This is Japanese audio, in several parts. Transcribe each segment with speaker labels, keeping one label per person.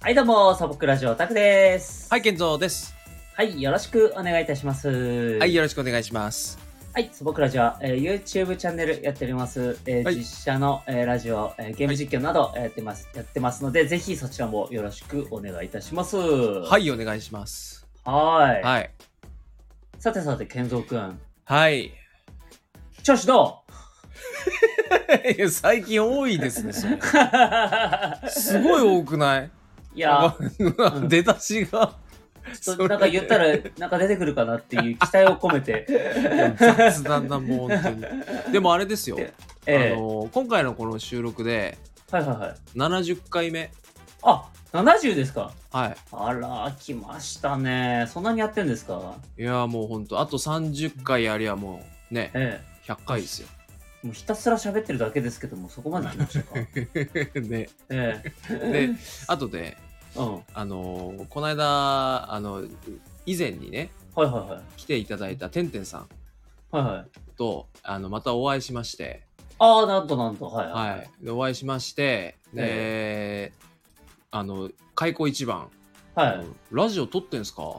Speaker 1: はい、どうも、サボックラジオタクです。
Speaker 2: はい、健三です。
Speaker 1: はい、よろしくお願いいたします。
Speaker 2: はい、よろしくお願いします。
Speaker 1: はい、サボクラジオは、えー YouTube チャンネルやっております。えー
Speaker 2: はい
Speaker 1: 実写の、えーラジオ、えーゲーム実況などえーやってます、やってますので、ぜひそちらもよろしくお願いいたします。。
Speaker 2: はいい、お願いします。
Speaker 1: はーい。
Speaker 2: はい。
Speaker 1: さてさて、健三くん。
Speaker 2: はい。
Speaker 1: 調子ど う
Speaker 2: い や最近多いですね、それ。す
Speaker 1: い。
Speaker 2: ごい多くない
Speaker 1: いや、ん
Speaker 2: 出だし が。
Speaker 1: ちょっとなんか言ったら、なんか出てくるかなっていう期待を込めて。
Speaker 2: 雑談だもん、本当に。 でもあれですよ。
Speaker 1: え
Speaker 2: あの今回のこの収録で
Speaker 1: ー、はいはいはい。
Speaker 2: 70回目。
Speaker 1: あ、70ですか
Speaker 2: は
Speaker 1: あら、来ましたね。そんなにやってんですか
Speaker 2: い。いや、もう本当あと30回やりゃもうね、
Speaker 1: え
Speaker 2: 100回ですよ。
Speaker 1: え。もうひたすら喋ってるだけですけども、そこまで来ました か
Speaker 2: ね。
Speaker 1: ええ。
Speaker 2: で、あとで、
Speaker 1: うん。はい
Speaker 2: あの、この間、あの、以前にね、
Speaker 1: はいはい。
Speaker 2: 来ていただいたてんてんさん
Speaker 1: はいはい。
Speaker 2: とあのまたお会いしまして、
Speaker 1: ああ、なんとなんと。はいはい。
Speaker 2: はい、でお会いしましてで、あの開口一番、
Speaker 1: はい。
Speaker 2: ラジオ撮ってんすか?」っ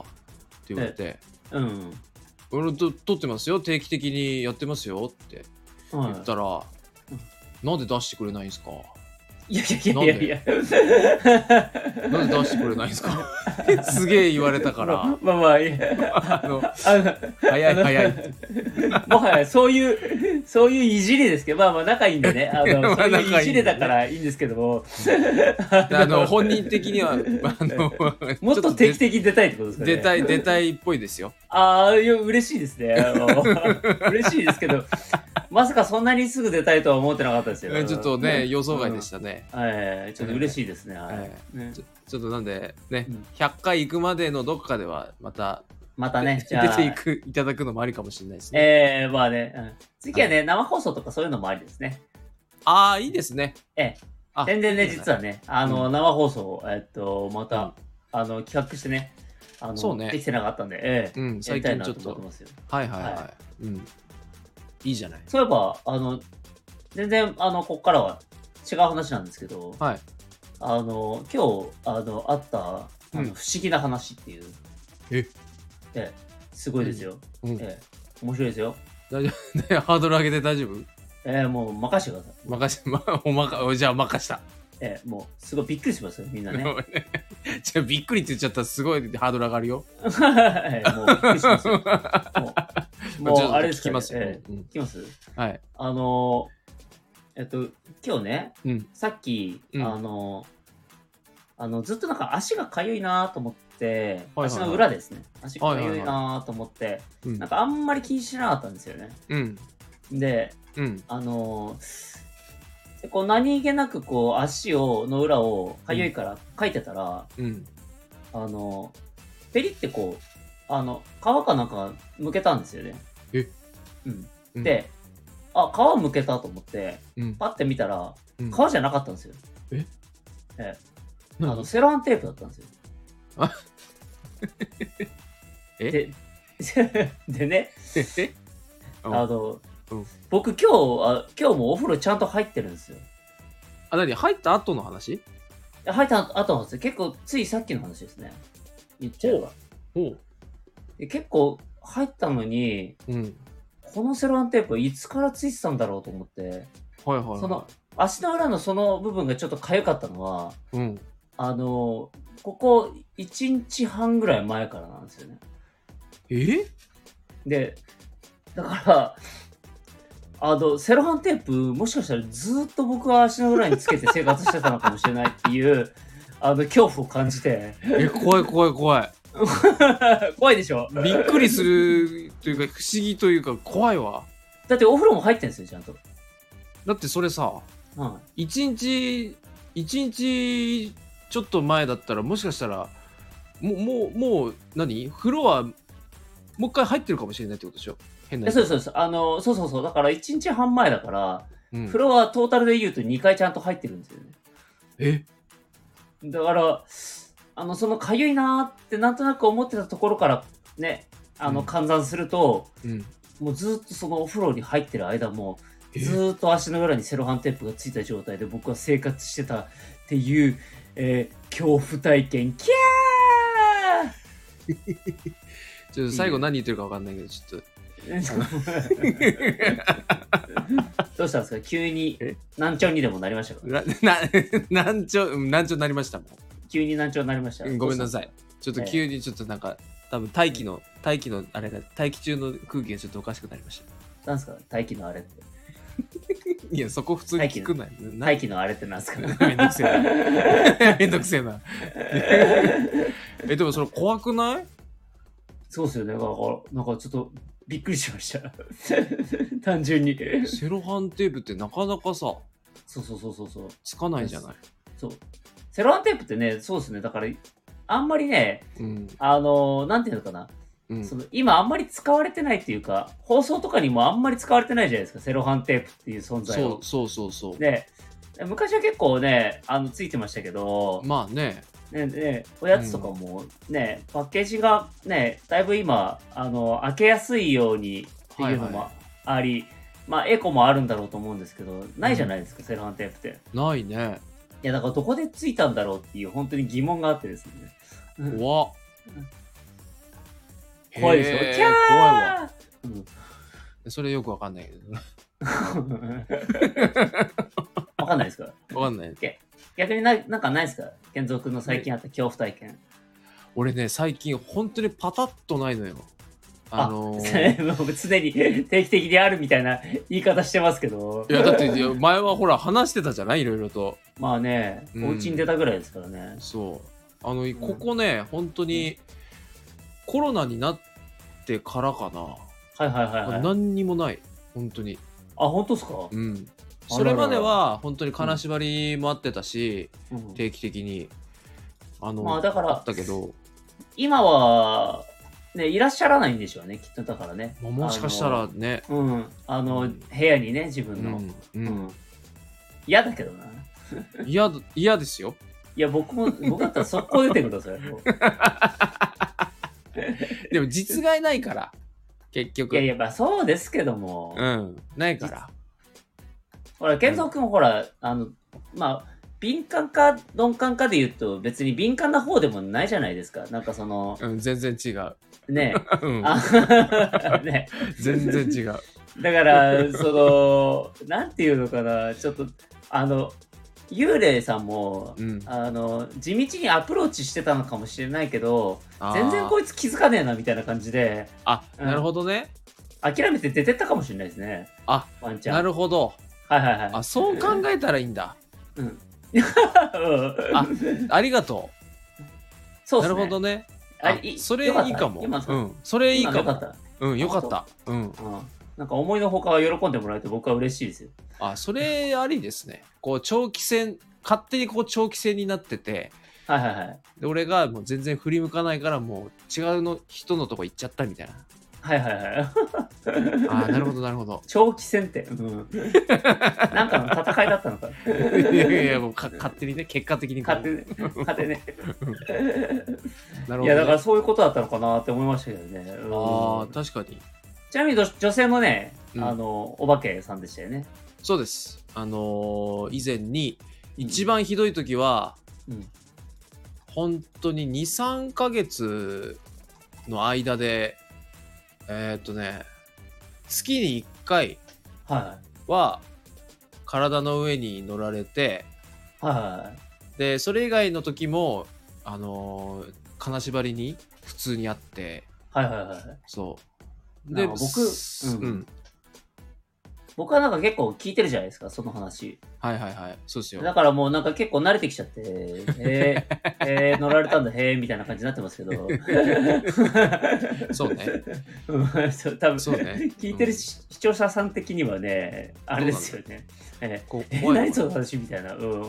Speaker 2: て言われて
Speaker 1: うん。
Speaker 2: 「俺と撮ってますよ定期的にやってますよ」って
Speaker 1: は
Speaker 2: 言ったら「
Speaker 1: うん
Speaker 2: なんで出してくれないんすか?」
Speaker 1: い。いやいやいやいや。
Speaker 2: 「なんで出してくれないん すか? 」すげえ言われたから
Speaker 1: まあ まあ、いや。
Speaker 2: あの
Speaker 1: あの、
Speaker 2: 早い早いって
Speaker 1: い。 もはや、そういう、そういういじりですけど、まあまあ仲いいんでね。あ
Speaker 2: ま
Speaker 1: の、
Speaker 2: あ
Speaker 1: そう
Speaker 2: 仲いい
Speaker 1: い
Speaker 2: んで
Speaker 1: う
Speaker 2: ね
Speaker 1: いじりだからいいんですけども、
Speaker 2: あの本人的にはあ の
Speaker 1: もっ
Speaker 2: ちょ
Speaker 1: と
Speaker 2: 出
Speaker 1: 定期的に出たいってことですかね。
Speaker 2: 出たい出たいっぽいですよ。
Speaker 1: ああ、いや、嬉しいですね。あ の嬉しいですけど、まさかそんなにすぐ出たいとは思ってなかったですよ。
Speaker 2: ちょっとね、
Speaker 1: うん
Speaker 2: 予想外でしたね。
Speaker 1: はい、ちょっと嬉しいですね。はい
Speaker 2: え
Speaker 1: ね
Speaker 2: ちょちょっとなんで、ね、
Speaker 1: うん
Speaker 2: 100回行くまでのどっかでは、また、
Speaker 1: またね、じゃ
Speaker 2: 出
Speaker 1: あ
Speaker 2: て、いく、いただくのもありかもしれないですね。
Speaker 1: ええまあね、うん次はね、生放送とかそういうのもありですね。
Speaker 2: ああ、いいですね。
Speaker 1: ええ
Speaker 2: あ
Speaker 1: 全然ね、実はね、あの、生放送を、えっと、ま
Speaker 2: うん
Speaker 1: た、あの、企画してね、あの、
Speaker 2: そうね
Speaker 1: できてなかったんで、ええ
Speaker 2: うん、
Speaker 1: やり
Speaker 2: 最
Speaker 1: たい
Speaker 2: 近
Speaker 1: な
Speaker 2: ち
Speaker 1: と
Speaker 2: ょっ
Speaker 1: 思って
Speaker 2: と。
Speaker 1: ますよ。
Speaker 2: はいはいはい。
Speaker 1: は
Speaker 2: うん。いいじゃない。
Speaker 1: そういえば、あの、全然、あの、こっからは違う話なんですけど、
Speaker 2: はい。
Speaker 1: あの今日あのあったあの、
Speaker 2: うん
Speaker 1: 不思議な話っていう
Speaker 2: え
Speaker 1: ええすごいですよ、
Speaker 2: うん。
Speaker 1: ええ面白いですよ
Speaker 2: 大丈夫。ねハードル上げて大丈夫
Speaker 1: ええもう任せてください、
Speaker 2: 任せ、ま、 おまか、おじゃあ任した。
Speaker 1: ええもうすごいびっくりしますよみんな ね
Speaker 2: じゃあびっくりって言っちゃったらすごいハードル上がるよ。
Speaker 1: ええもうびっくりし ますよもうもう
Speaker 2: ちょっと
Speaker 1: あれですか
Speaker 2: 聞き
Speaker 1: ら、
Speaker 2: ますよ。
Speaker 1: ええ
Speaker 2: うん
Speaker 1: 聞きます
Speaker 2: はい。
Speaker 1: あのえっと今日ね
Speaker 2: うん。
Speaker 1: さっき、
Speaker 2: うん
Speaker 1: あのあのずっとなんか足がかゆいなと思って、
Speaker 2: はいはいはい
Speaker 1: 足の裏ですね足がかゆいなと思って、
Speaker 2: うん
Speaker 1: なん。かあんまり気にしなかったんですよね
Speaker 2: うん。
Speaker 1: で
Speaker 2: うん。
Speaker 1: あのーこう何気なくこう足をの裏をかゆいからかいてたら、
Speaker 2: うん。
Speaker 1: あのーペリってこうあの皮かなんかむけたんですよね。
Speaker 2: え
Speaker 1: うん、
Speaker 2: うん、
Speaker 1: で、あ皮むけたと思って
Speaker 2: うん。
Speaker 1: パッて見たら
Speaker 2: うん
Speaker 1: 皮じゃなかったんですよ。
Speaker 2: え
Speaker 1: えあ
Speaker 2: 何
Speaker 1: のセロハンテープだったんですよ。
Speaker 2: あ え
Speaker 1: で でね
Speaker 2: え
Speaker 1: あ
Speaker 2: あ
Speaker 1: の、
Speaker 2: うん
Speaker 1: 僕今日あ今日もお風呂ちゃんと入ってるんですよ。
Speaker 2: あ、何入った後の話
Speaker 1: 入った後なんですよ。結構、ついさっきの話ですね。言っちゃえば。
Speaker 2: ほう。
Speaker 1: で結構、入ったのに、
Speaker 2: うん。
Speaker 1: このセロハンテープいつからついてたんだろうと思って、
Speaker 2: はいはい、はい。
Speaker 1: その、足の裏のその部分がちょっと痒かったのは、
Speaker 2: うん。
Speaker 1: あの、ここ1日半ぐらい前からなんですよね。
Speaker 2: え
Speaker 1: で、だから、あの、セロハンテープ、もしかしたらずっと僕は足の裏につ けて生活してたのかもしれないっていう、あの、恐怖を感じて、
Speaker 2: え、怖い怖い怖い。
Speaker 1: 怖いでしょ
Speaker 2: びっくりするというか、不思議というか、怖いわ。
Speaker 1: だってお風呂も入ってんですよ、ちゃんと。
Speaker 2: だってそれさ、
Speaker 1: は
Speaker 2: 一日、一日ちょっと前だったら、もしかしたら、もう、もう、もう何、風呂は、もう一回入ってるかもしれないってことでしょ変
Speaker 1: い、
Speaker 2: な
Speaker 1: えそうですそうですあのそうそうそうだから1日半前だから、
Speaker 2: うん
Speaker 1: フロアトータルで言うと2回ちゃんと入ってるんですよね
Speaker 2: え
Speaker 1: だからあのそのかゆいなーってなんとなく思ってたところからねあの
Speaker 2: うん
Speaker 1: 換算すると、
Speaker 2: うん。
Speaker 1: もうずっとそのお風呂に入ってる間も
Speaker 2: え
Speaker 1: ずーっと足の裏にセロハンテープがついた状態で僕は生活してたっていうえー恐怖体験、キ
Speaker 2: ちょっと最後何言ってるか分かんないけど、ちょっと。
Speaker 1: ャーどうしたんですか急に
Speaker 2: え
Speaker 1: 難聴にでもなりましたか
Speaker 2: な、な、難聴、うん難聴になりましたもん。
Speaker 1: 急に難聴になりました
Speaker 2: うんごめんなさい。ちょっと
Speaker 1: ええ
Speaker 2: 急にちょっとなんか、多分大気の、大気のあれが、大気中の空気がちょっとおかしくなりました。
Speaker 1: なんですか大気のあれって。
Speaker 2: いや、そこ普通に聞くなよ。な
Speaker 1: 大気のあれってなんです か
Speaker 2: めんどくせえな。めんどくせえな。 え、でもそれ怖くない
Speaker 1: そうですよね。だから、なんかちょっとびっくりしました。単純に。
Speaker 2: セロハンテープってなかなかさ、
Speaker 1: そうそうそうそうそう。
Speaker 2: つかないじゃない。
Speaker 1: そう。セロハンテープってね、そうですね。だから、あんまりね、
Speaker 2: うん。
Speaker 1: あのなんていうのかな、
Speaker 2: うん
Speaker 1: その今あんまり使われてないっていうか、放送とかにもあんまり使われてないじゃないですか、セロハンテープっていう存在
Speaker 2: そ
Speaker 1: を
Speaker 2: う。そうそうそう。
Speaker 1: で、昔は結構ね、あのついてましたけど、
Speaker 2: まあね、
Speaker 1: ねね、おやつとかもね、パッケージがね、だいぶ今、あの開けやすいようにっていうのもあり、まあエコもあるんだろうと思うんですけど、ないじゃないですか、セロハンテープって。
Speaker 2: ないね。
Speaker 1: いや、だからどこでついたんだろうっていう、本当に疑問があってですね。うん
Speaker 2: 怖っ
Speaker 1: 怖いですよ。
Speaker 2: へえ
Speaker 1: キャー
Speaker 2: 怖いわ。
Speaker 1: うん
Speaker 2: それよくわかんないけど。
Speaker 1: わかんないですか
Speaker 2: わかんない。
Speaker 1: 逆にななんかないですか健三君の最近あった恐怖体験。
Speaker 2: 俺ね、最近本当にパタッとないのよ。あのー、
Speaker 1: あもう常に定期的にあるみたいな言い方してますけど
Speaker 2: い。やだっていや前はほら話してたじゃないいろいろと。
Speaker 1: まあね、
Speaker 2: うん
Speaker 1: お家に出たぐらいですからね。
Speaker 2: そう。あの、ここね、本当にコロナになってからかな。
Speaker 1: はいはいはい、はい。
Speaker 2: 何にもない。本当に。
Speaker 1: あ、本当ですか、
Speaker 2: うん。
Speaker 1: あららら
Speaker 2: それまでは本当に金縛りもあってたし、
Speaker 1: うん
Speaker 2: 定期的に。あの、
Speaker 1: まあだから
Speaker 2: ったけど、
Speaker 1: 今は、ね、いらっしゃらないんでしょうね、きっとだからね。
Speaker 2: まあもしかしたらね、
Speaker 1: あの。うん。あの、
Speaker 2: うん
Speaker 1: 部屋にね、自
Speaker 2: う
Speaker 1: 分の。
Speaker 2: ん、う、
Speaker 1: うんん嫌、だけどな。
Speaker 2: 嫌だ、嫌ですよ。
Speaker 1: いや、僕も、 僕だったら速攻出てください。もう
Speaker 2: でも実害ないから、結
Speaker 1: い
Speaker 2: 局。
Speaker 1: やいや、まあそうですけども。
Speaker 2: うん、ないから。
Speaker 1: ほら、健三君もほら、あの、まあ、敏感か鈍感かで言うと別に敏感な方でもないじゃないですか。なんかその、
Speaker 2: うん、全然違う。
Speaker 1: ね。
Speaker 2: うん、
Speaker 1: あ ね。
Speaker 2: 全然違う。
Speaker 1: だから、その、なんていうのかな、ちょっと、あの、幽霊さんも、
Speaker 2: うん、
Speaker 1: あの、地道にアプローチしてたのかもしれないけど、
Speaker 2: あー
Speaker 1: 全然こいつ気づかねえなみたいな感じで、
Speaker 2: あ、
Speaker 1: うん
Speaker 2: なるほどね。
Speaker 1: 諦めて出てったかもしれないですね。
Speaker 2: あ、
Speaker 1: ワンちゃん。
Speaker 2: なるほど。
Speaker 1: はいはいはい。
Speaker 2: あ、そう考えたらいいんだ。
Speaker 1: うん。
Speaker 2: あありがと。
Speaker 1: そううです
Speaker 2: な
Speaker 1: ね。
Speaker 2: るほどね。
Speaker 1: あ
Speaker 2: あ
Speaker 1: い
Speaker 2: それい
Speaker 1: よかった
Speaker 2: いかも。
Speaker 1: 今
Speaker 2: うん、それいい
Speaker 1: 今
Speaker 2: か
Speaker 1: よかっ
Speaker 2: も。
Speaker 1: た。
Speaker 2: うん、よかった。うん。
Speaker 1: うん。なんか思いのほか喜んでもらえて僕は嬉しいですよ。
Speaker 2: あ、それありですね。こう、長期戦、勝手にこう、長期戦になってて、
Speaker 1: はいはいはい。
Speaker 2: で俺がもう全然振り向かないから、もう違うの人のとこ行っちゃったみたいな。
Speaker 1: はいはい はい。
Speaker 2: あーなるほどなるほ ど
Speaker 1: 長期戦って。うん。 なんかの戦いだったのか。
Speaker 2: いやいやもうか勝手にね結果的にこう
Speaker 1: 勝手ね。勝手ね。
Speaker 2: なるほど、ね、
Speaker 1: いやだからそういうことだったのかなって思いましたけどね。うん
Speaker 2: あー確かに
Speaker 1: ちなみに女女性のね、
Speaker 2: うん
Speaker 1: あの、お化けさんでしたよね。
Speaker 2: そうですあのー以前に一番ひどい時は、
Speaker 1: うん
Speaker 2: 本当に23ヶ月の間でえーっとね月に1回
Speaker 1: は
Speaker 2: は体の上に乗られて
Speaker 1: いはい。はいはい。
Speaker 2: でそれ以外の時もあのー金縛りに普通にあって
Speaker 1: はいはいはい。
Speaker 2: そう。
Speaker 1: なんか僕
Speaker 2: す
Speaker 1: うん
Speaker 2: うん。
Speaker 1: 僕はなんか結構聞いてるじゃないですか、その話。
Speaker 2: はいはいはい。そうですよ。
Speaker 1: だからもうなんか結構慣れてきちゃ って、へえ、へえ乗られたんだ、へえ、みたいな感じになってますけど。
Speaker 2: そうね。
Speaker 1: うんそう多分
Speaker 2: そうね
Speaker 1: 聞いてるし、視聴者さん的にはね、あれですよね。え
Speaker 2: こう
Speaker 1: え
Speaker 2: 怖い
Speaker 1: 何その話みたいな。うん、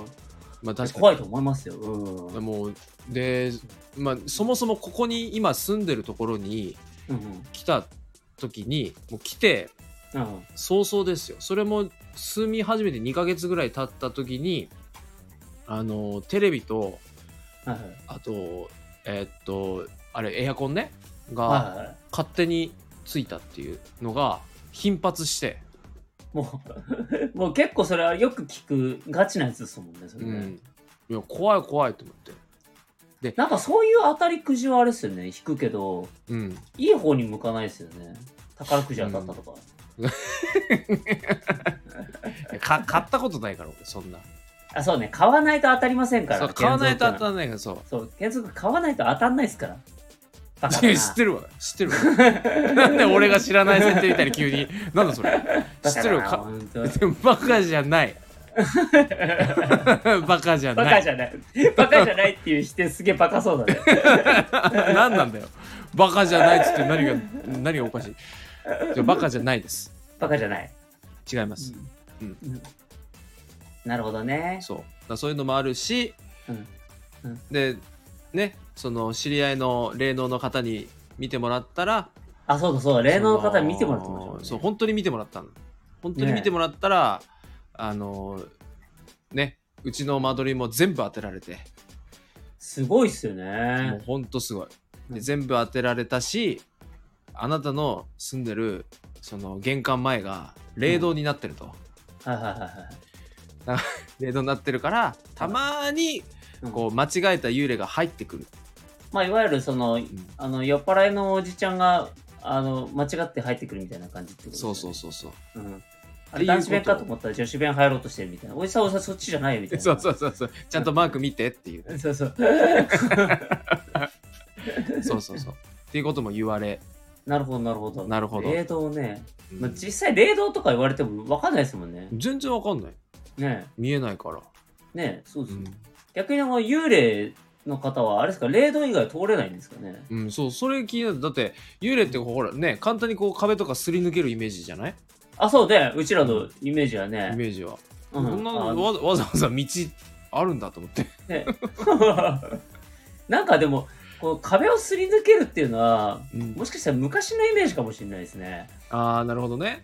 Speaker 2: まあ確か
Speaker 1: 怖いと思いますよ。うん。
Speaker 2: に。もう、で、まあそもそもここに今住んでるところに
Speaker 1: うんうん
Speaker 2: 来た時に、もう来て
Speaker 1: うん
Speaker 2: 早々ですよ。それも住み始めて2ヶ月ぐらい経った時に、あの、テレビと、
Speaker 1: はいはい
Speaker 2: あと、えーっと、あれ、エアコンね、が
Speaker 1: はいはい
Speaker 2: 勝手についたっていうのが頻発して、
Speaker 1: もうもう結構それはよく聞くガチなやつですもんね。それ
Speaker 2: う
Speaker 1: ね
Speaker 2: ん、いや怖い怖いと思って
Speaker 1: なんかそういう当たりくじはあれですよね。引くけど、
Speaker 2: うん
Speaker 1: いい方に向かないですよね。宝くじ当たったとか。
Speaker 2: いやか買ったことないから俺そんな
Speaker 1: あ、そうね。買わないと当たりませんから。
Speaker 2: そう買わないと当た
Speaker 1: ん
Speaker 2: らないからそう
Speaker 1: そう、ケンゾー君買わないと当たんないですから。バカだ
Speaker 2: いや
Speaker 1: な
Speaker 2: 知ってるわ知ってるわなんで俺が知らない設定みたいに急になんだそれ知
Speaker 1: バ
Speaker 2: って
Speaker 1: カ
Speaker 2: る
Speaker 1: だ
Speaker 2: よ
Speaker 1: な
Speaker 2: か
Speaker 1: 本 当
Speaker 2: バカじゃない バカじゃ
Speaker 1: バ
Speaker 2: な
Speaker 1: カ
Speaker 2: い
Speaker 1: じゃない。バカじゃないっていう否定すげえバカそうだ ね。
Speaker 2: 何 なんだよバカじゃないっつって何が何がおかしいじゃあバカじゃないです
Speaker 1: バカじゃない。
Speaker 2: 違います、うん
Speaker 1: うんなるほどね。
Speaker 2: そうだからそういうのもあるし、
Speaker 1: うんうん
Speaker 2: でねその知り合いの霊能の方に見てもらったら
Speaker 1: あ、そうだそうだ。霊能の方見てもらってま
Speaker 2: その
Speaker 1: した
Speaker 2: そ
Speaker 1: もん
Speaker 2: う
Speaker 1: ね。
Speaker 2: 本当に見てもらったの本当に見てもらったら、あのねうちの間取りも全部当てられて、
Speaker 1: すごいっすよ
Speaker 2: もう
Speaker 1: ね。
Speaker 2: ほんとすごいで
Speaker 1: うん
Speaker 2: 全部当てられたしあなたの住んでるその玄関前が霊堂になってると、
Speaker 1: はいはいはいはい。
Speaker 2: 霊堂になってるからたまーに
Speaker 1: うん
Speaker 2: こう間違えた幽霊が入ってくる、
Speaker 1: まあ、いわゆるその、あの、酔っ払いのおじちゃんが、あの、間違って入ってくるみたいな感じってこと
Speaker 2: そうそうそうそう
Speaker 1: う。うん。あ
Speaker 2: っていうこと
Speaker 1: れ男子弁かと思ったら女子弁入ろうとしてるみたいな。おじさんおじさん そっちじゃないよみたいな。
Speaker 2: そうそうそうそうちゃんとマーク見てっていう
Speaker 1: う。そうそう。
Speaker 2: そうそうそうっていうことも言われ
Speaker 1: なるほどなるほど。
Speaker 2: なるほど
Speaker 1: 霊道ね。
Speaker 2: うん
Speaker 1: まあ、実際霊道とか言われても分かんないですもんね。
Speaker 2: 全然わかんない
Speaker 1: ね
Speaker 2: 見えないから、
Speaker 1: え、ねえ、そうです
Speaker 2: う
Speaker 1: よ、
Speaker 2: ん
Speaker 1: 逆にあの幽霊の方は、あれですか、霊道以外通れないんですかね。
Speaker 2: うん、そう、それ気になる。だって、幽霊ってほらね、簡単にこう壁とかすり抜けるイメージじゃない
Speaker 1: あ、そうね、うちらのイメージは
Speaker 2: イ
Speaker 1: ね。
Speaker 2: メージは。
Speaker 1: う
Speaker 2: こんな
Speaker 1: あ
Speaker 2: の
Speaker 1: の
Speaker 2: わざわざわざ道あるんだと思って。
Speaker 1: ねなんかでも、こう壁をすり抜けるっていうのは、もしかしたら昔のイメージかもしれないですね。
Speaker 2: ああ、 なるほどね。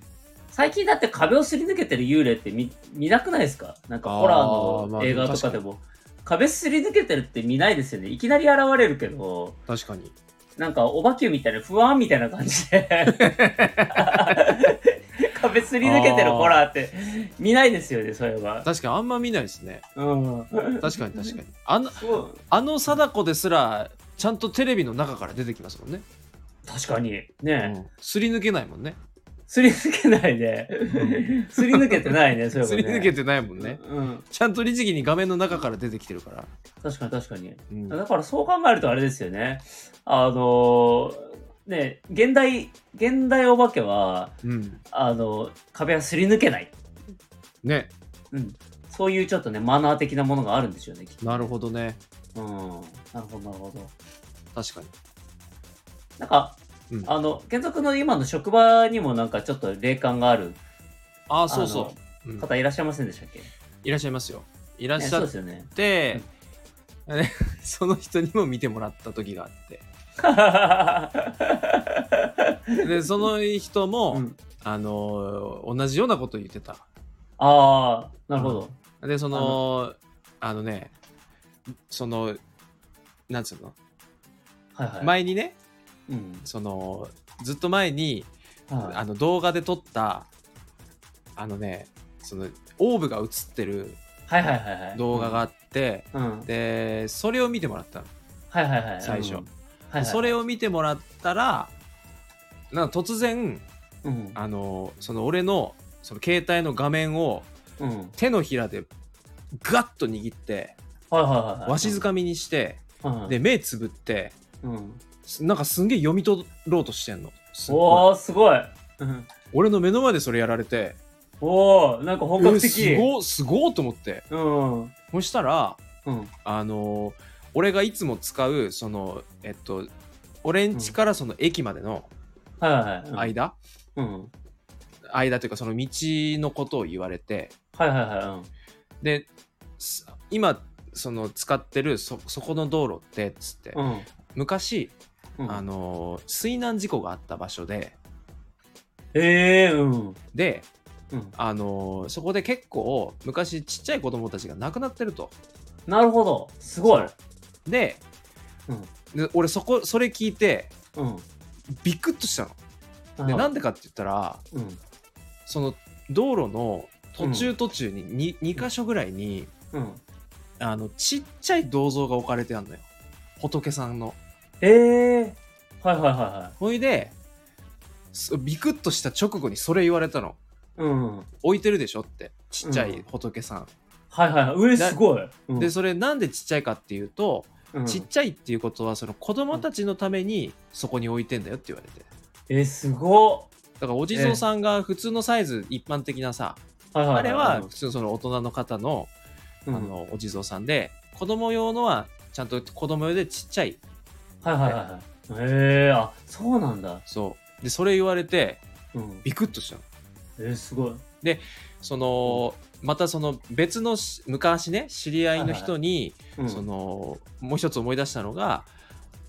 Speaker 1: 最近だって壁をすり抜けてる幽霊って見見なくないですかなんかホラ
Speaker 2: あー
Speaker 1: ー
Speaker 2: まあ
Speaker 1: の映画とかでも。壁すり抜けてるって見ないですよね。いきなり現れるけど、
Speaker 2: 確かに。
Speaker 1: なんかお化けみたいな不安みたいな感じ で。壁すり抜けてるホラーって見ないですよね、それは。
Speaker 2: 確かに、あんま見ないですね。
Speaker 1: うん。
Speaker 2: 確かに、確か に。あの、
Speaker 1: そう
Speaker 2: あの貞子ですら、ちゃんとテレビの中から出てきますもんね。
Speaker 1: 確かに。
Speaker 2: う
Speaker 1: ね、
Speaker 2: んすり抜けないもんね。
Speaker 1: すり抜けないね。 すり抜けてないね、それは、
Speaker 2: す
Speaker 1: ね。
Speaker 2: り抜けてないもんね。
Speaker 1: うん。
Speaker 2: ちゃんと律儀に画面の中から出てきてるから。
Speaker 1: 確かに確かに。
Speaker 2: うん
Speaker 1: だからそう考えるとあれですよね。あのーね、現代、現代お化けは、
Speaker 2: うん。
Speaker 1: あの、壁はすり抜けない。
Speaker 2: ね、
Speaker 1: うん。そういうちょっとね、マナー的なものがあるんでしょうね、きっと。
Speaker 2: なるほどね。
Speaker 1: うん。なるほど、なるほど。
Speaker 2: 確かに。
Speaker 1: なんか、
Speaker 2: うん
Speaker 1: あの、健続の今の職場にもなんかちょっと霊感がある
Speaker 2: ああ、そうそ
Speaker 1: あ
Speaker 2: う。う
Speaker 1: の
Speaker 2: ん
Speaker 1: 方いらっしゃいませんでしたっけ、
Speaker 2: いらっしゃいますよ。いらっ
Speaker 1: ね
Speaker 2: し
Speaker 1: そ
Speaker 2: ゃ
Speaker 1: う
Speaker 2: っ
Speaker 1: ですよね。
Speaker 2: て、あれ その人にも見てもらった時があって でその人も、
Speaker 1: うん
Speaker 2: あのー同じようなこと言ってた
Speaker 1: ああ、なるほど。
Speaker 2: でそのあのねそのなんつうの、
Speaker 1: はいはい。
Speaker 2: 前にね
Speaker 1: うん。
Speaker 2: そのずっと前に、
Speaker 1: はい
Speaker 2: あの動画で撮ったあのねそのオーブが映ってる
Speaker 1: はいはいはいはい。
Speaker 2: 動画があって、
Speaker 1: うん。うん。
Speaker 2: でそれを見てもらったの、
Speaker 1: はいはいはい。
Speaker 2: 最初
Speaker 1: うんはいはい、
Speaker 2: それを見てもらったらなんか突然
Speaker 1: うん、
Speaker 2: あのその俺のその携帯の画面を
Speaker 1: うん、
Speaker 2: 手のひらでガッと握って
Speaker 1: はいはいはいはい。
Speaker 2: わしづかみにして
Speaker 1: うん、
Speaker 2: で目つぶって
Speaker 1: うん、
Speaker 2: すなんかすんげえ読み取ろうとしてんのすっごい
Speaker 1: おおすごい、うん、
Speaker 2: 俺の目の前でそれやられて
Speaker 1: おおなんか本
Speaker 2: え
Speaker 1: 格的
Speaker 2: すごいすごいと思って
Speaker 1: うんうん
Speaker 2: そしたら
Speaker 1: うん
Speaker 2: あのー俺がいつも使うそのえっと俺ん家からその駅までの
Speaker 1: はいはいはい
Speaker 2: 間、
Speaker 1: うん
Speaker 2: 間というかその道のことを言われて
Speaker 1: はいはいは
Speaker 2: です今その使ってるそそこの道路ってつって、
Speaker 1: いうん
Speaker 2: 昔、
Speaker 1: うん
Speaker 2: あのー水難事故があった場所で
Speaker 1: ええー、うん
Speaker 2: で、
Speaker 1: うん
Speaker 2: あのーそこで結構昔ちっちゃい子供たちが亡くなってると
Speaker 1: なるほどすごい
Speaker 2: で,、
Speaker 1: う
Speaker 2: で俺そこそれ聞いて
Speaker 1: うん
Speaker 2: ビクッとしたので
Speaker 1: あ
Speaker 2: なんでかって言ったら
Speaker 1: うん
Speaker 2: その道路の途中途中に 2,、二箇所ぐらいに
Speaker 1: うん
Speaker 2: あのちっちゃい銅像が置かれてあんのよ仏さんの
Speaker 1: ええはいはいは
Speaker 2: ほいでそビクッとした直後にそれ言われたの
Speaker 1: いはい。うん。はい
Speaker 2: 置いてるでしょってちっちゃい仏さん、
Speaker 1: はいはい。上すごい。うん
Speaker 2: でそれなんでちっちゃいかっていうと、
Speaker 1: うん
Speaker 2: ちっちゃいっていうことはその子供たちのためにそこに置いてんだよって言われて
Speaker 1: えー、すごっ。
Speaker 2: だからお地蔵さんが普通のサイズ一般的なさ、
Speaker 1: はいはいい
Speaker 2: あれは普通のその大人の方の,、
Speaker 1: うん
Speaker 2: あのお地蔵さんで子供用のはちゃんと子供用でちっちゃい
Speaker 1: はいはいはいはい。へえー、あそうなんだ。
Speaker 2: そうでそれ言われて
Speaker 1: うん、
Speaker 2: ビクッとしたの
Speaker 1: えー、すごい。
Speaker 2: そのまたその別のし昔ね知り合いの人に、
Speaker 1: うん、
Speaker 2: そのもう一つ思い出したのが、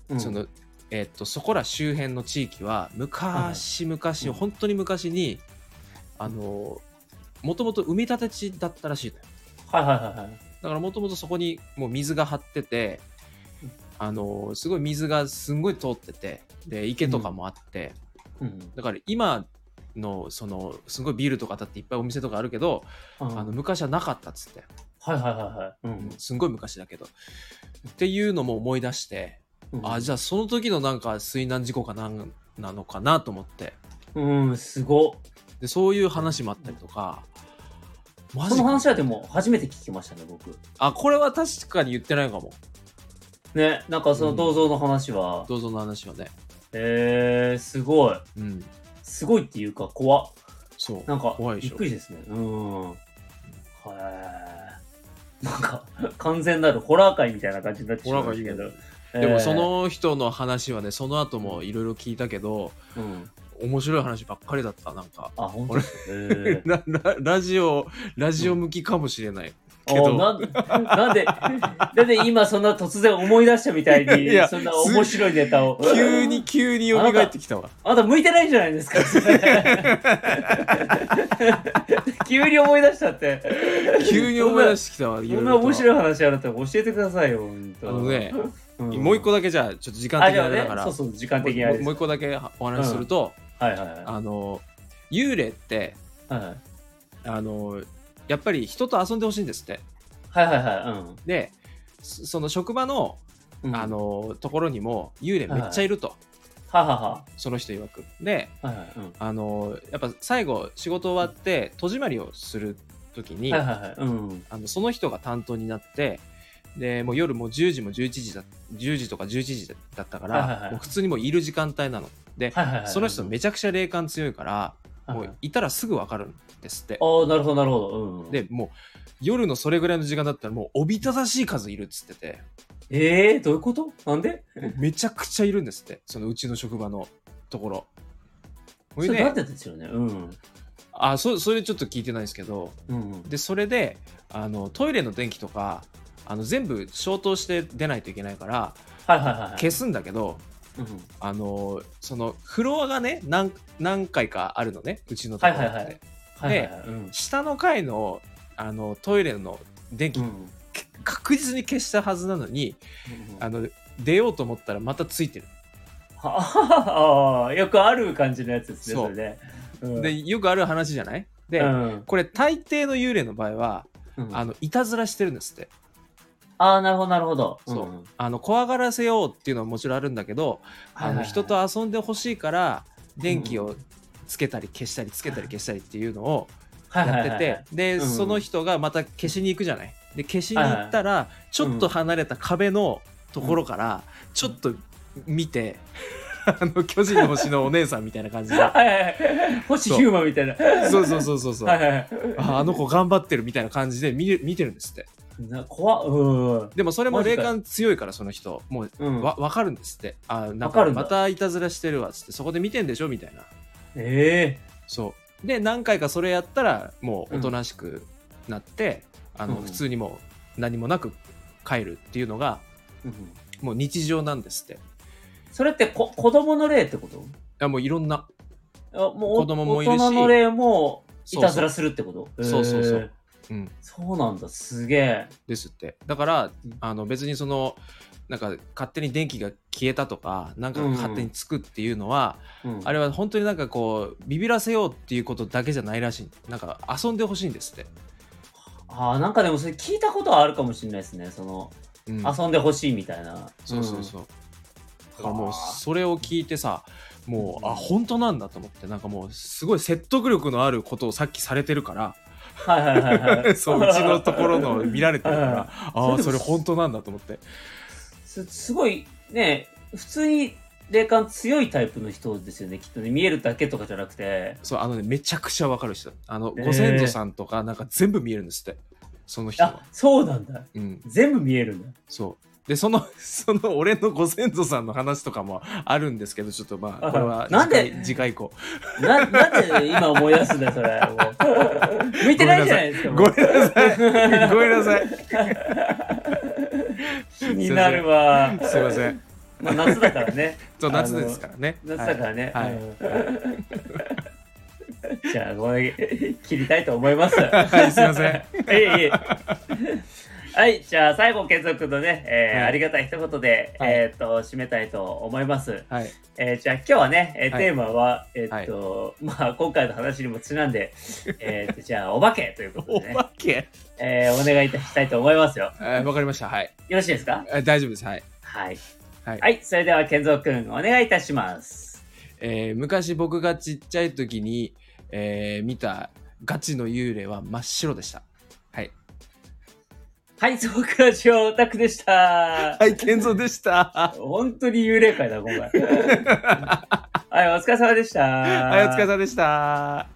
Speaker 1: うん、
Speaker 2: そのえっとそこら周辺の地域は昔昔、
Speaker 1: うん
Speaker 2: 本当に昔にあのもともと埋め立て地だったらしいのよ
Speaker 1: はいはいはいはい。
Speaker 2: だからもともとそこにもう水が張っててあのすごい水がすんごい通っててで池とかもあって、
Speaker 1: うん、
Speaker 2: だから今のそのすごいビールとかだっていっぱいお店とかあるけど、
Speaker 1: あの
Speaker 2: あの昔はなかったっつって、
Speaker 1: はいはいはいはい。うん
Speaker 2: すんごい昔だけどっていうのも思い出して、
Speaker 1: うん、
Speaker 2: あじゃあその時のなんか水難事故かなんなのかなと思って
Speaker 1: うん、すごっ。
Speaker 2: でそういう話もあったりとか、マ
Speaker 1: そ
Speaker 2: ジ
Speaker 1: の
Speaker 2: か
Speaker 1: 話はでも初めて聞きましたね、僕。
Speaker 2: あこれは確かに言ってないかも
Speaker 1: ね、なんかその銅像の話は。
Speaker 2: 銅像の話はね
Speaker 1: へえー、すごい。
Speaker 2: うん
Speaker 1: すごいっていうか、怖っ。
Speaker 2: そう
Speaker 1: なんか
Speaker 2: 怖い、で
Speaker 1: び
Speaker 2: し
Speaker 1: っ
Speaker 2: ょ
Speaker 1: くりですね。うん。へえ。なんか、 完全なるホラー界みたいな感じになってしまうんですけ
Speaker 2: ホラ
Speaker 1: ど
Speaker 2: ー。でもそ
Speaker 1: え
Speaker 2: の人の話はねその後もいろいろ聞いたけど
Speaker 1: ー、うん。
Speaker 2: 面白い話ばっかりだったなんか
Speaker 1: あ、本当ですかへー
Speaker 2: ラララジオラジオ向きかもしれない、けど
Speaker 1: おなんなんで、なんで今そんな突然思い出したみたいに
Speaker 2: いや、
Speaker 1: そんな面白いネタを。
Speaker 2: 急に急に蘇ってきたわ
Speaker 1: あなた向いてないんじゃない ですか急に思い出したって。
Speaker 2: 急に思い出してきたわ
Speaker 1: そん
Speaker 2: 色
Speaker 1: な。そんな
Speaker 2: 々と
Speaker 1: 面白い話あなた教えてくださいよ、本当
Speaker 2: あのね、
Speaker 1: ん
Speaker 2: もう一個だけじゃあちょっと時間
Speaker 1: あ、
Speaker 2: 的
Speaker 1: じゃあ
Speaker 2: なあれだ
Speaker 1: ね
Speaker 2: か、ら
Speaker 1: そうそう、時間
Speaker 2: もう
Speaker 1: 的にあれ
Speaker 2: もう一個だけお話しすると、
Speaker 1: はいはいはい。
Speaker 2: あの幽霊って
Speaker 1: はい
Speaker 2: あのやっぱり人と遊んでほしいんですって
Speaker 1: はいはいは
Speaker 2: でそその職場の
Speaker 1: い。うん。
Speaker 2: あ、のところにも幽霊めっちゃいると、
Speaker 1: ははは。
Speaker 2: その人曰くで
Speaker 1: はいはいうん
Speaker 2: あのやっぱ最後仕事終わって戸締まりをする時に、
Speaker 1: はいはいはい。うん。
Speaker 2: あのその人が担当になってでもう夜もう10時も11時だ10時とか11時だった
Speaker 1: は
Speaker 2: から、
Speaker 1: いはいはい
Speaker 2: もう普通にもういる時間帯なので、
Speaker 1: はいはいはい。
Speaker 2: その人めちゃくちゃ霊感強いから、
Speaker 1: はい
Speaker 2: も
Speaker 1: はいう
Speaker 2: いたらすぐ分かるんですって
Speaker 1: ああ、なるほどなるほど。うん。
Speaker 2: でもう夜のそれぐらいの時間だったらもうおびただしい数いるっつってて
Speaker 1: ええー、どういうことなんで
Speaker 2: もうめちゃくちゃいるんですってそのうちの職場のところ
Speaker 1: そ
Speaker 2: ほい
Speaker 1: れな
Speaker 2: で
Speaker 1: んでですよね。うん。
Speaker 2: あそそれちょっと聞いてないんですけど
Speaker 1: うん。
Speaker 2: でそれであのトイレの電気とかあの全部消灯して出ないといけないから
Speaker 1: はいはいはい。
Speaker 2: 消すんだけど
Speaker 1: うん。
Speaker 2: あのそのフロアがね何何回かあるのねうちのところって、
Speaker 1: はいはいはいはいはいはい。うん。
Speaker 2: 下の階のあのトイレの電気、
Speaker 1: うん
Speaker 2: け確実に消したはずなのにあの出ようと思ったらまたついてる、
Speaker 1: ああ、よくある感じのやつですね、
Speaker 2: そう
Speaker 1: それね。うん
Speaker 2: でよくある話じゃないで、
Speaker 1: うん
Speaker 2: これ大抵の幽霊の場合は
Speaker 1: うん
Speaker 2: あのいたずらしてるんですって
Speaker 1: ああ、なるほど、なるほど。
Speaker 2: そうんあの怖がらせようっていうのはもちろんあるんだけどあの人、と遊んでほしいから電気をつけたり消したりつけたり消したりっていうのを
Speaker 1: はいはいは
Speaker 2: やっ
Speaker 1: い
Speaker 2: て
Speaker 1: はい
Speaker 2: てで
Speaker 1: うん
Speaker 2: その人がまた消しに行くじゃないで消しに行ったらちょっと離れた壁のところからちょっと見てあの巨人の星のお姉さんみたいな感じで
Speaker 1: はいはいはい。星ヒューマンみたいな。は
Speaker 2: そうそうそうそうそう
Speaker 1: い
Speaker 2: あ
Speaker 1: はい。
Speaker 2: あの子頑張ってるみたいな感じで見る見てるんですって
Speaker 1: な怖っ。うん
Speaker 2: でもそれも
Speaker 1: マジ
Speaker 2: 霊
Speaker 1: かよ
Speaker 2: 感強いからその人もう
Speaker 1: うん。
Speaker 2: わ分かるんですってあなん
Speaker 1: わか
Speaker 2: か
Speaker 1: るんだ
Speaker 2: またいたずらしてるわっつってそこで見てんでしょみたいな
Speaker 1: え
Speaker 2: そうで何回かそれやったらもうおとなしくなって、あの
Speaker 1: うん
Speaker 2: 普通にもう何もなく帰るっていうのが
Speaker 1: えうん
Speaker 2: もう日常なんですってい
Speaker 1: それってこ子供の霊ってこと
Speaker 2: やもういろんな
Speaker 1: あもう
Speaker 2: 子供もいるし
Speaker 1: 大人の霊もい
Speaker 2: そうそう
Speaker 1: たずらするってこと
Speaker 2: そうそうそ
Speaker 1: へ
Speaker 2: う
Speaker 1: え
Speaker 2: うん
Speaker 1: そうなんだ、すげえ。
Speaker 2: ですってだから
Speaker 1: うん
Speaker 2: あの別にそのなんか勝手に電気が消えたとかなんか
Speaker 1: うん
Speaker 2: 勝手につくっていうのは、
Speaker 1: うん
Speaker 2: あれは本当になんかこうビビらせようっていうことだけじゃないらしいなんか遊んでほしいんですって
Speaker 1: ああ、なんかでもそれ聞いたことはあるかもしれないですね。その、
Speaker 2: うん
Speaker 1: 遊んでほしいみたいな。
Speaker 2: そうそう
Speaker 1: うん。
Speaker 2: そう、だからも
Speaker 1: あ
Speaker 2: う
Speaker 1: ー
Speaker 2: それを聞いてさもう
Speaker 1: う
Speaker 2: あ
Speaker 1: ん
Speaker 2: 本当なんだと思ってなんかもうすごい説得力のあることをさっきされてるから
Speaker 1: はいはいはいはい。
Speaker 2: そううちのところの見られてるから
Speaker 1: うん
Speaker 2: あ あ
Speaker 1: そ
Speaker 2: そ
Speaker 1: れでも
Speaker 2: れ本当なんだと思って
Speaker 1: すすごいね普通に霊感強いタイプの人ですよねきっとね見えるだけとかじゃなくて
Speaker 2: そうあのねめちゃくちゃわかる人あの、
Speaker 1: えー
Speaker 2: ご先祖さんとかなんか全部見えるんですってその人
Speaker 1: あ
Speaker 2: は、
Speaker 1: そうなんだ
Speaker 2: うん、
Speaker 1: 全部見えるんだ
Speaker 2: そうでその その俺のご先祖さんの話とかもあるんですけどちょっとまあこれは
Speaker 1: なん
Speaker 2: 次
Speaker 1: で
Speaker 2: 回次回以降
Speaker 1: ななんで今思い出すんだよそれも う向いてないじゃないですか
Speaker 2: ごめんなさいごめんなさい
Speaker 1: 気になるわ
Speaker 2: すいません
Speaker 1: まあ夏だからね
Speaker 2: そう夏ですからね
Speaker 1: 夏だからね、
Speaker 2: はい、はい
Speaker 1: うんじゃあこれ切りたいと思います
Speaker 2: はいすいません
Speaker 1: いえいえ。はい、じゃあ最後、継続のね、えー
Speaker 2: はい
Speaker 1: ありがたい一言で、
Speaker 2: はい
Speaker 1: えーっと締めたいと思います。
Speaker 2: はい
Speaker 1: えーじゃあ今日はね、えー
Speaker 2: はい
Speaker 1: テーマは、えーっとまあ、今回の話にもちなんで、えーっ とじゃあお化けということ
Speaker 2: お
Speaker 1: でね、
Speaker 2: 化け
Speaker 1: えーお願いいたしたいと思いますよ。
Speaker 2: えーわかりましたはい
Speaker 1: よろしいですか
Speaker 2: えー大丈夫ですはい
Speaker 1: はい、
Speaker 2: はい
Speaker 1: はい。それでは、健三くん、お願いいたします。
Speaker 2: えー昔僕がちっちゃい時に、えー見たガチの幽霊は真っ白でした。はい。
Speaker 1: はい、そクラジオオタクでした。
Speaker 2: はい、健三で した。
Speaker 1: 本当に幽霊 会だ、今回。はい、お疲れ様でした。
Speaker 2: はい、お疲れ様でした。